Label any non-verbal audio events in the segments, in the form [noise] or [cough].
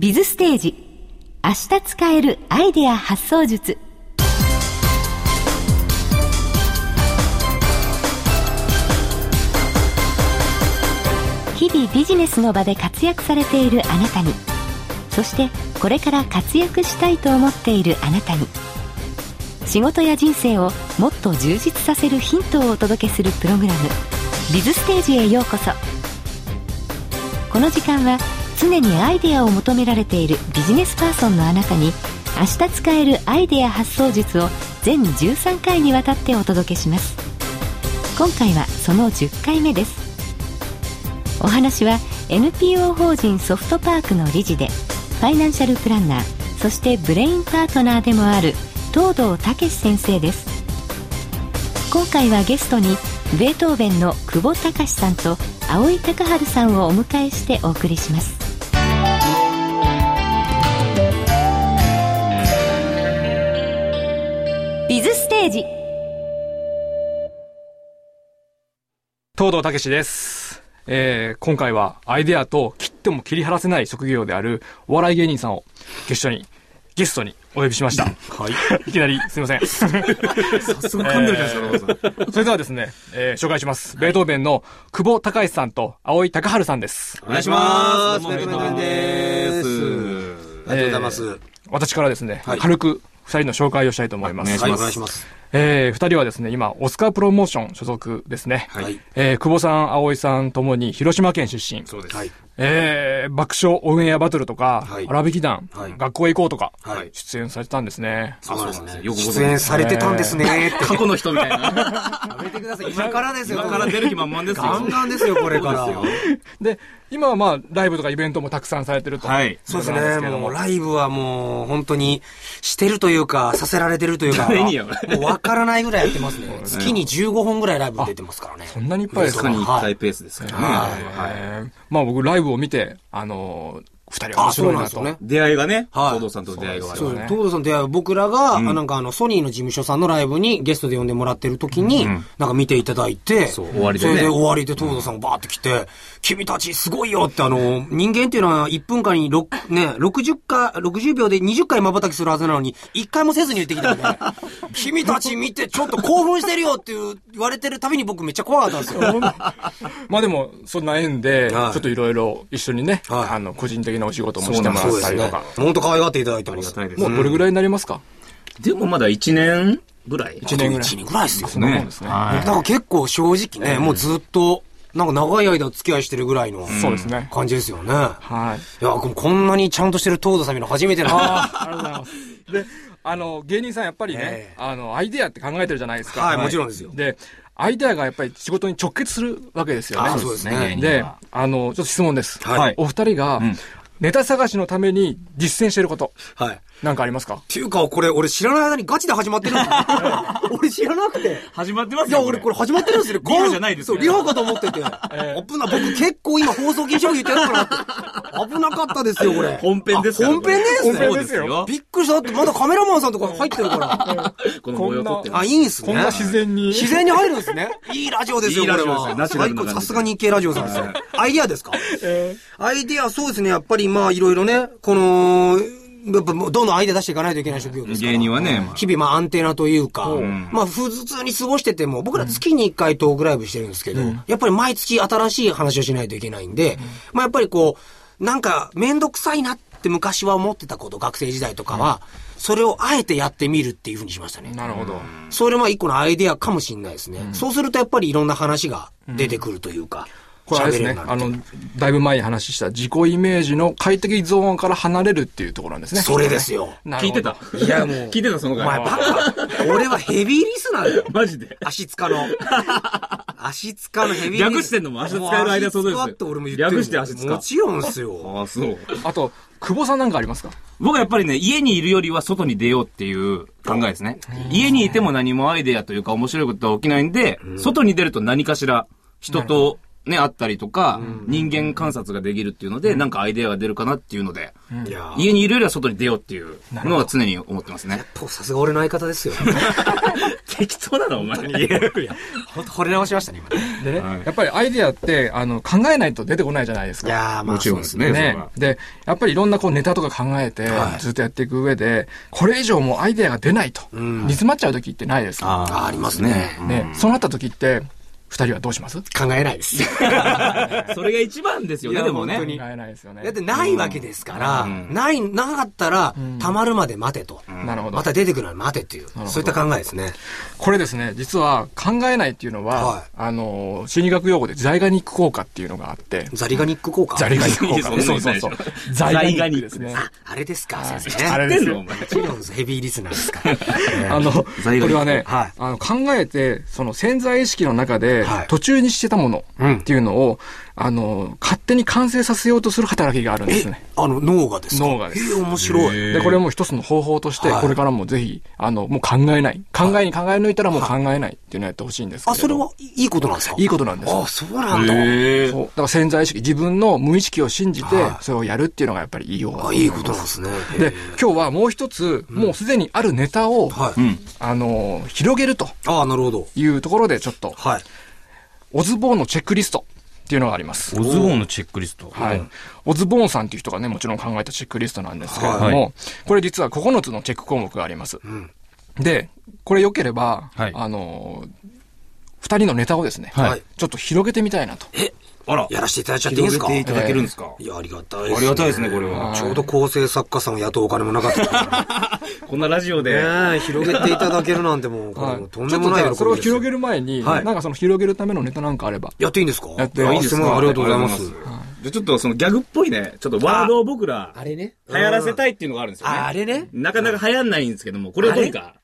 ビズステージ明日使えるアイデア発想術日々ビジネスの場で活躍されているあなたにそしてこれから活躍したいと思っているあなたに仕事や人生をもっと充実させるヒントをお届けするプログラム「ビズステージへようこそこの時間は常にアイデアを求められているビジネスパーソンのあなたに明日使えるアイデア発想術を全13回にわたってお届けします今回はその10回目ですお話は NPO 法人ソフトパークの理事でファイナンシャルプランナーそしてブレインパートナーでもある東堂武先生です今回はゲストにベートーベンの久保隆さんと青井隆治さんをお迎えしてお送りしますビズステージ東堂武史です。えー、今回はアイデアと切っても切り離せない職業であるお笑い芸人さんをゲストに、ゲストにお呼びしました。はい。 [laughs] いきなりすいません。そすごい噛んでるじゃないですか、中村れではですね、えー紹介します。ベートーベンの久保隆さんと青井隆治さんです。お願いします。お願いベしますントベンです。ありがとうございます。私からですね、はい軽く二人の紹介をしたいと思います。はい、お願いします。えー、二人はですね、今、オスカープロモーション所属ですね。はい。えー、久保さん、青井さんともに広島県出身。そうです。はい。えー、爆笑オンエアバトルとか、はい荒引き団、はい学校へ行こうとか、はい出演されてたんですね。そうなんですね。よくご出存演知。されてたんですね。過去の人みた [laughs] いな。やめてください。今からですよ。今から出る気満々ですよ。ガンガンですよ、これから。そうですで、今はまあ、ライブとかイベントもたくさんされてると。はいそうですことなんね。けれどももうライブはもう本当にしてるというか、させられてるというか、誰によもうわからないぐらいやってますね。月に15本ぐらいライブ出てますからね。そんなにいっぱいです確かかねに一回ペースですからね。えーまあ僕、ライブを見て、あのー二人は面白いなあそと。うなんですよね出会いがね、はい東堂さんとの出会いが我そう、々は東ね堂さん出会う、僕らが、あなんかあの、ソニーの事務所さんのライブにゲストで呼んでもらってる時に、なんか見ていただいて、そう終わりでねそれで終わりで東堂さんがバーって来て、君たちすごいよって、あの、人間っていうのは1分間に6、ね、60か、60秒で20回瞬きするはずなのに、1回もせずに言ってきたんで、 [laughs] 君たち見てちょっと興奮してるよっていう言われてるたびに僕めっちゃ怖かったんですよ。まあでも、そんな縁で、ちょはいっといろいろ一緒にね、はいあの、個人的なお仕事もしてもらそうっでたすりねとか。。本当可愛がっていただいてまありがす。たいですもうどれぐらいになりますかでもまだ1年ぐらい。一年ぐらい1年ぐらいですよ。そんなもんですね。なんか結構正直ね、もうずっと、なんか長い間付き合いしてるぐらいのそうですね。感じですよね。いや、はい。ここんなにちゃんとしてる東田さん見るの初めてなありがとうございます。で、あの、芸人さんやっぱりねええ、あの、アイデアって考えてるじゃないですか。はいもちろんですよで、アイデアがやっぱり仕事に直結するわけですよね。あそうですね芸人では、あの、ちょっと質問です。はいお二人が、ネタ探しのために実践してること、はい。っなんかありますかていうか、これ俺知らない間にガチで始まってるんですよ。俺知らなくて。始まってまいや、俺これ始まってるんですよ。リハじゃないですそよう、リハかと思ってて。危な、僕結構今放送禁止用言ってやるからって。危なかったですよ、これ。 [laughs] 本編ですからあ本編ですね。本そう編でですすよよ。びっくりした。だってまだカメラマンさんとか入ってるから。この模様撮ってあ、まいす。いんすね。こんな自然に。自然に入るんです [laughs] ね。いいラジオですよ、いいこラれジオですよは。ナチュラル最高な感じさですが日系ラジオさんですよ。アイディアですかアイディア、そうですね。やっぱり、まあ、いろいろね、この、やっぱ、どんどんアイデア出していかないといけない職業ですから。芸人はねまあ日々、まあ、アンテナというか、まあ、普通に過ごしてても、僕ら月に1回トークライブしてるんですけど、やっぱり毎月新しい話をしないといけないんで、まあ、やっぱりこう、なんか、めんどくさいなって昔は思ってたこと、学生時代とかは、それをあえてやってみるっていうふうにしましたね。なるほど。それは一個のアイデアかもしれないですね。そうするとやっぱりいろんな話が出てくるというか。これあれです喋れるようねに、なあるの、だいぶ前に話した自己イメージの快適ゾーンから離れるっていうところなんですね。それ [laughs] ですよ。なる聞いほどてたいやもう [laughs] 聞いてたそのお前回。バカ。俺はヘビーリスナーだよ。マジで。足つかの。足つかのヘビーリスナー。略してんのも足つかえる間そうですよもう足つかって俺も言ってる。略して足つかもちろんですよ。あ、そう。あと、久保さんなんかありますか僕はやっぱりね、家にいるよりは外に出ようっていう考えですね。家にいても何もアイデアというか面白いことは起きないんで、外に出ると何かしら人とね、あったりとか、人間観察ができるっていうので、なんかアイデアが出るかなっていうので、いやー家にいるよりは外に出ようっていうのは常に思ってます [laughs] ね。ぽさすが俺の相方です [laughs] よ。適当だな、お前。ほんと惚れ直しましたね、今ね。でね、はいやっぱりアイデアって、あの、考えないと出てこないじゃないですいか。やー、まあ、もちろんそうでねすねそれは。で、やっぱりいろんなこうネタとか考えて、はいずっとやっていく上で、これ以上もうアイデアが出ないと、煮詰まっちゃう時ってないですか。あーありますね。ね、そうなった時って、二人はどうします考考えない [laughs] です。それが一番ですよいね、やでもね。本当にえないですよねだっ。てないわけですから、んない、なかったら、溜まるまで待てと。なるほどま。た出てくるまで待てっていう、ほどそういった考えですね。これですね、実は考えないっていうのは、はいあの、心理学用語でザイガニック効果っていうのがあって、ザリガニック効果。ザリガニック効そ果。んなそのう言ってそないうでしそょう。ザイガニックですね。あ、あれですか、先生ね。あれやでってすんの、よお。前。もちろんですヘビーリスナーで [laughs] すから。あの、こザイガニックれはね、はいあの考えて、その潜在意識の中ではい、途中にしてたものうんっていうのを、あの、勝手に完成させようとする働きがあるんですねえ。、あの、脳がですか脳がですえー面白い。で、これも一つの方法として、はいこれからもぜひ、あの、もう考えない。考えに考え抜いたらもう考えないっていうのをやってほしいんですけあ、れど。それはいいことなんですかいいことなんですよあ、そうなんだ。へそう。だから潜在意識、自分の無意識を信じては、いそれをやるっていうのがやっぱりいいようだとあ、思いいまこすとなんですね。で、今日はもう一つ、もうすでにあるネタを、はい。うん。あの、広げるとああ、なるほど。いうところで、ちょっと、はい。オズボーンのチェックリストっていうのがあります。オズボーンのチェックリスト。はい。オズボーンさんっていう人がね、もちろん考えたチェックリストなんですけれども、はこれ実は9つのチェック項目があります。んで、これ良ければ、はいあのー、二人のネタをですね、はいはいちょっと広げてみたいなと。あら、やらせていただいちゃっていいんで広すげかていただけるんですか、いや、ありがたいです、ね。ありがたいですねこれはうんちょうど構成作家さんを雇うお金もなかったかこんなラジオで。ら。ねえ、広げていただけるなんてもう、これもうとんでもないちょっとじゃあそれを広げる。る前に、はいなんかその広げるためのネタなんかあれば。やっていいんですかやってあいいいいですごかありがとうございます。じゃあちょっとそのギャグっぽいね、ちょっとワードを僕ら、れね流行らせたいっていうのがあるんですよね。ああれねなかなか流行んないんですけども、これをどうにか、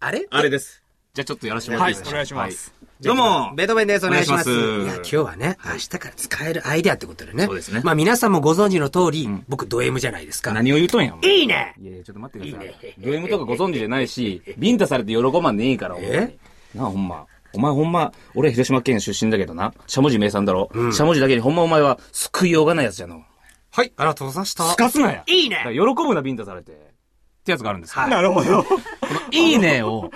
あれあれです。じゃあちょっとやらせてもらっていいですかはいお願いしますはどうもベートーベンです。お願いします。いお願いしまや、す今日はね、明日から使えるアイデアってことでね。そうですねまあ皆さんもご存知の通り、僕ド M じゃないですか。何を言うとんやん。いいねいやいや、ちょっと待ってくださいいいね。ゲームとかご存知じゃないし、ビンタされて喜ばんでいいから、ほんまにえなあ、ほんま。お前ほんま、俺広島県出身だけどな、しゃもじ名産だろ。しゃもじだけにほんまお前は救いようがないやつじゃの。はい。ありがとうございましたすかすなやいいだからね喜ぶな、ビンタされて。ってやつがあるんですよ。はいなるほど。いいねを、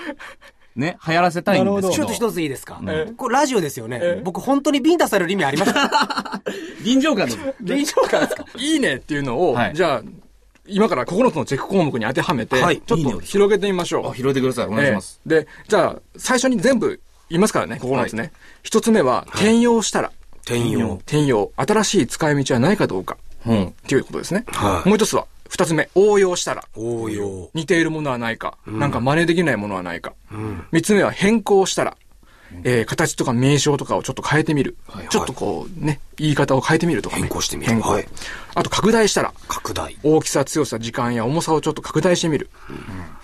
ね、流行らせたいんですけちょどっと。一ついいですかこれラジオですよね。僕本当にビンタされる意味あり [laughs] ますか臨場感の。臨場感ですかいいねっていうのを、はいじゃあ、今から9つのチェック項目に当てはめて、はいちょっいいねとを広げてみましょう。あ、拾えてください。お願いします。ええで、じゃあ、最初に全部言いますからね、ここなんですね。一、つ目は、転用したら。転用転用。新しい使い道はないかどうか。うん。っていうことですね。はいもう一つは、二つ目、応用したら。応用。似ているものはないか。なんか真似できないものはないか。三つ目は、変更したら。えー形とか名称とかをちょっと変えてみる。いはいちょっとこう、ね、言い方を変えてみるとかね、変更してみる変更はいあと、拡大したら。拡大。大きさ、強さ、時間や重さをちょっと拡大してみる。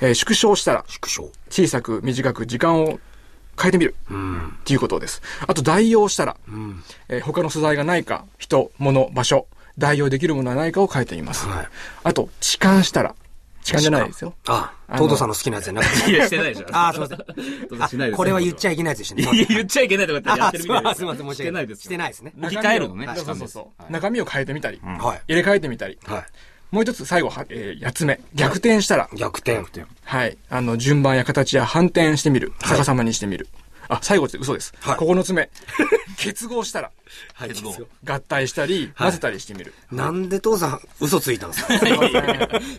えー縮小したら。縮小。小さく短く時間を変えてみる。っていうことです。あと代用したら、えー他の素材がないか、人、物、場所、代用できるものはないかを変えています。はいあと、痴漢したら、痴漢じゃないですよ。あ、あの東堂さんの好きなやつじゃなくて。いや、してないでしょ。あー、すいません。あしないですこれは言っちゃいけないやつでしたね。いや、言っちゃいけないとかって [laughs] やってるみたいあですいません、すいません、申し訳してないです。してないですね。向き替えるのね中身をそうそう痴そ漢ですはう。い中身を変えてみたり、はい。入れ替えてみたり、はもう一つ最後は、えー八つ目、逆転したら、い。逆転。はい。あの、順番や形や反転してみる。逆さまにしてみる。あ、最後って嘘です。はいここの爪。 [laughs] 結合したら、はい、結合体したり、混ぜたりしてみる。合なんで父さん嘘ついたんですか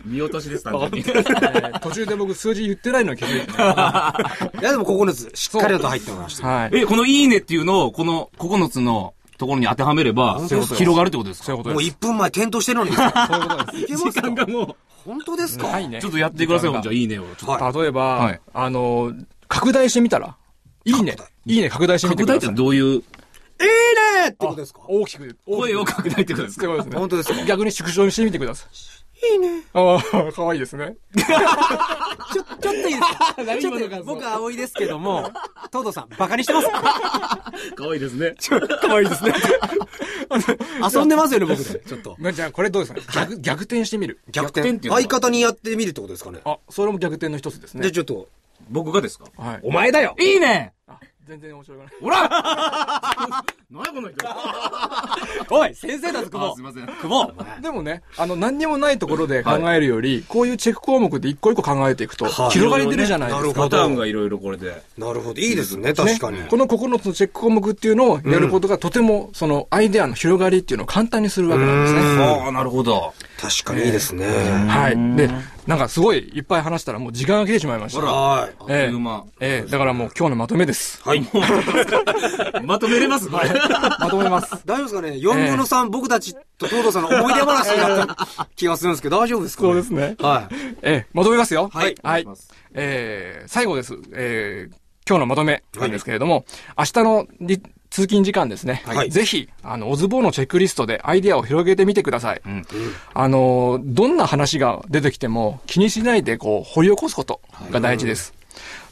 見落としです、単純に。えー途中で僕数字言ってないのに気づいた。いや、でも9つ、しっかりと入ってもらいました。はい。え、このいいねっていうのを、この9つのところに当てはめれば、広がるってことですかそういうこともうです。 1分前検討してるのに。そういうことです。いけますかがも本当ですかはいね。う、 [laughs] ちょっとやってくださ時い、間がほんじゃ、いいねを。ちょっとは例えば、はいあの、拡大してみたら、いいね拡。いいね拡大してみて拡くだ大っさてい。どういう、い。いいねってことですか大きく、大き声く。を拡大ってことですってこかとですね。本当ですか逆に縮小してみてください。いいね。ああ、かわいいですね。ちょ、ちょっといいですかちょっと、僕、葵ですけども、東堂さん、バカにしてます可愛いですね。可愛い [laughs] ですね。遊んでますよね、僕で。ちょっと。なじゃあ、これどうですか逆、逆転してみる。逆逆転転っていうのは相方にやってみるってことですかね。あ、それも逆転の一つですで、ね。ちょっと、僕がですかはい。お前だよいいね全然面白くない。おら何やこの人。おい、先生だぞ、久あ保すい。ません。久保でもね、あの、何にもないところで考えるより、こういうチェック項目で一個一個考えていくと、はい広がり出るじゃないですなるか。ほパタどーンがいろいろこれで。なるほど。いいですね、確かに。ね、この9つのチェック項目っていうのをやることが、とても、その、アイデアの広がりっていうのを簡単にするわけなんですね。ああ、なるほど。確かにいいですね。はい。で、なんかすごいいっぱい話したらもう時間が切れてしまいましほた。ら。はい。あっとえいう間。え、ええ、だからもう今日のまとめです。はい。まとめれますこれ。 [laughs] まとめます。大丈夫ですかね ?4 分の3、僕たちと東堂さんの思い出話になった気がするんですけど、大丈夫ですか、ね、そうですね。はい。 [laughs] ええ、まとめますよ。はいはお願いしいます。ええ、最後です。ええ、今日のまとめなんですけれども、明日のり通勤時間ですね。はいぜひ、あの、オズボーのチェックリストでアイデアを広げてみてください。んあの、どんな話が出てきても気にしないでこう、掘り起こすことが大事です。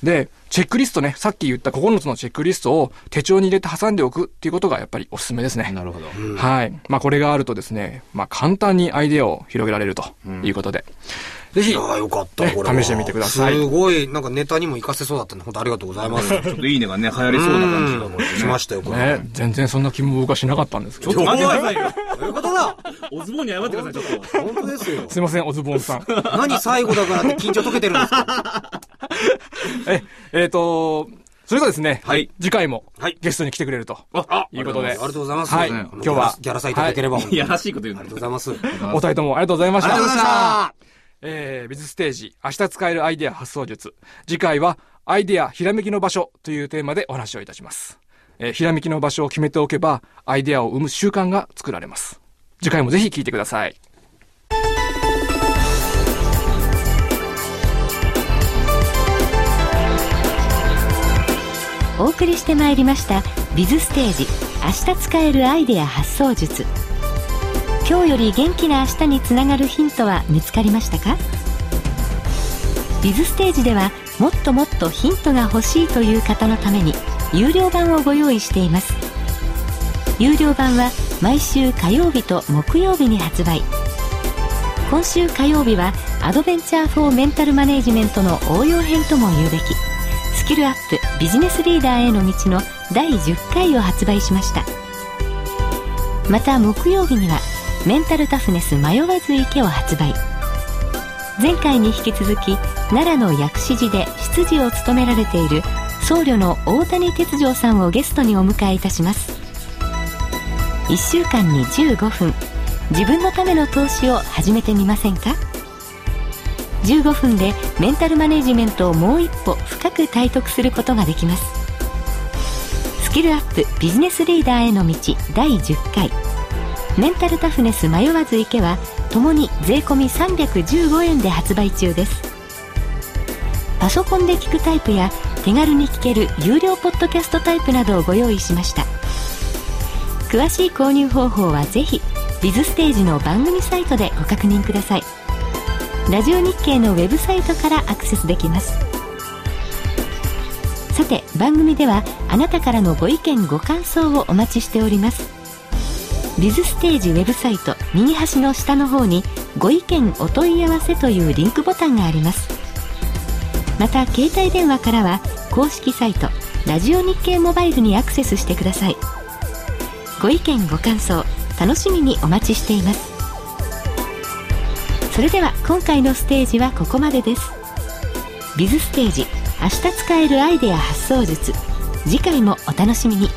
で、チェックリストね、さっき言った9つのチェックリストを手帳に入れて挟んでおくっていうことがやっぱりおすすめですね。なるほど。はい。まあ、これがあるとですね、まあ、簡単にアイデアを広げられるということで。ぜいひや、ーよかった、ねこれは試してみてくださいすごい、なんかネタにも活かせそうだったんで、本当ありがとうございます。ちょっといいねがね、流行りそうな感じがこれうねんしましたよ、これ。ね、全然そんな気も僕はしなかったんですけちょっど。と待ってくださいよ。どういうことだおズボンに謝ってください、ちょっと。本当ですよ。すいません、おズボンさん。 [laughs] 何最後だからって緊張解けてるんですかえ、えっ、と、それがですね、はい次回もはいゲストに来てくれるとあいうことありでが、とうございます。はいあの今日はギャラさえいただければ、本当にやらしいこと言うあんりだがとうございます。ありがとうお二人ともありがとうございました。ございました。えー、ビズステージ、明日使えるアイデア発想術。次回は、アイデア、ひらめきの場所というテーマでお話をいたします。えー、ひらめきの場所を決めておけば、アイデアを生む習慣が作られます。次回もぜひ聞いてください。お送りしてまいりました「ビズステージ明日使えるアイデア発想術」今日より元気な明日につながるヒントは見つかりましたかビズステージではもっともっとヒントが欲しいという方のために有料版をご用意しています有料版は毎週火曜日と木曜日に発売今週火曜日はアドベンチャー・フォー・メンタル・マネージメントの応用編とも言うべきスキルアップビジネスリーダーへの道の第10回を発売しましたまた木曜日にはメンタルタフネス迷わず池を発売前回に引き続き奈良の薬師寺で執事を務められている僧侶の大谷哲丈さんをゲストにお迎えいたします1週間に15分自分のための投資を始めてみませんか15分でメンタルマネジメントをもう一歩深く体得することができますスキルアップビジネスリーダーへの道第10回メンタルタフネス迷わず池はともに税込315円で発売中ですパソコンで聞くタイプや手軽に聞ける有料ポッドキャストタイプなどをご用意しました詳しい購入方法はぜひビズステージの番組サイトでご確認くださいラジオ日経のウェブサイトからアクセスできますさて番組ではあなたからのご意見ご感想をお待ちしておりますビズステージウェブサイト右端の下の方にご意見お問い合わせというリンクボタンがありますまた携帯電話からは公式サイトラジオ日経モバイルにアクセスしてくださいご意見ご感想楽しみにお待ちしていますそれでは今回のステージはここまでですビズステージ明日使えるアイデア発想術次回もお楽しみに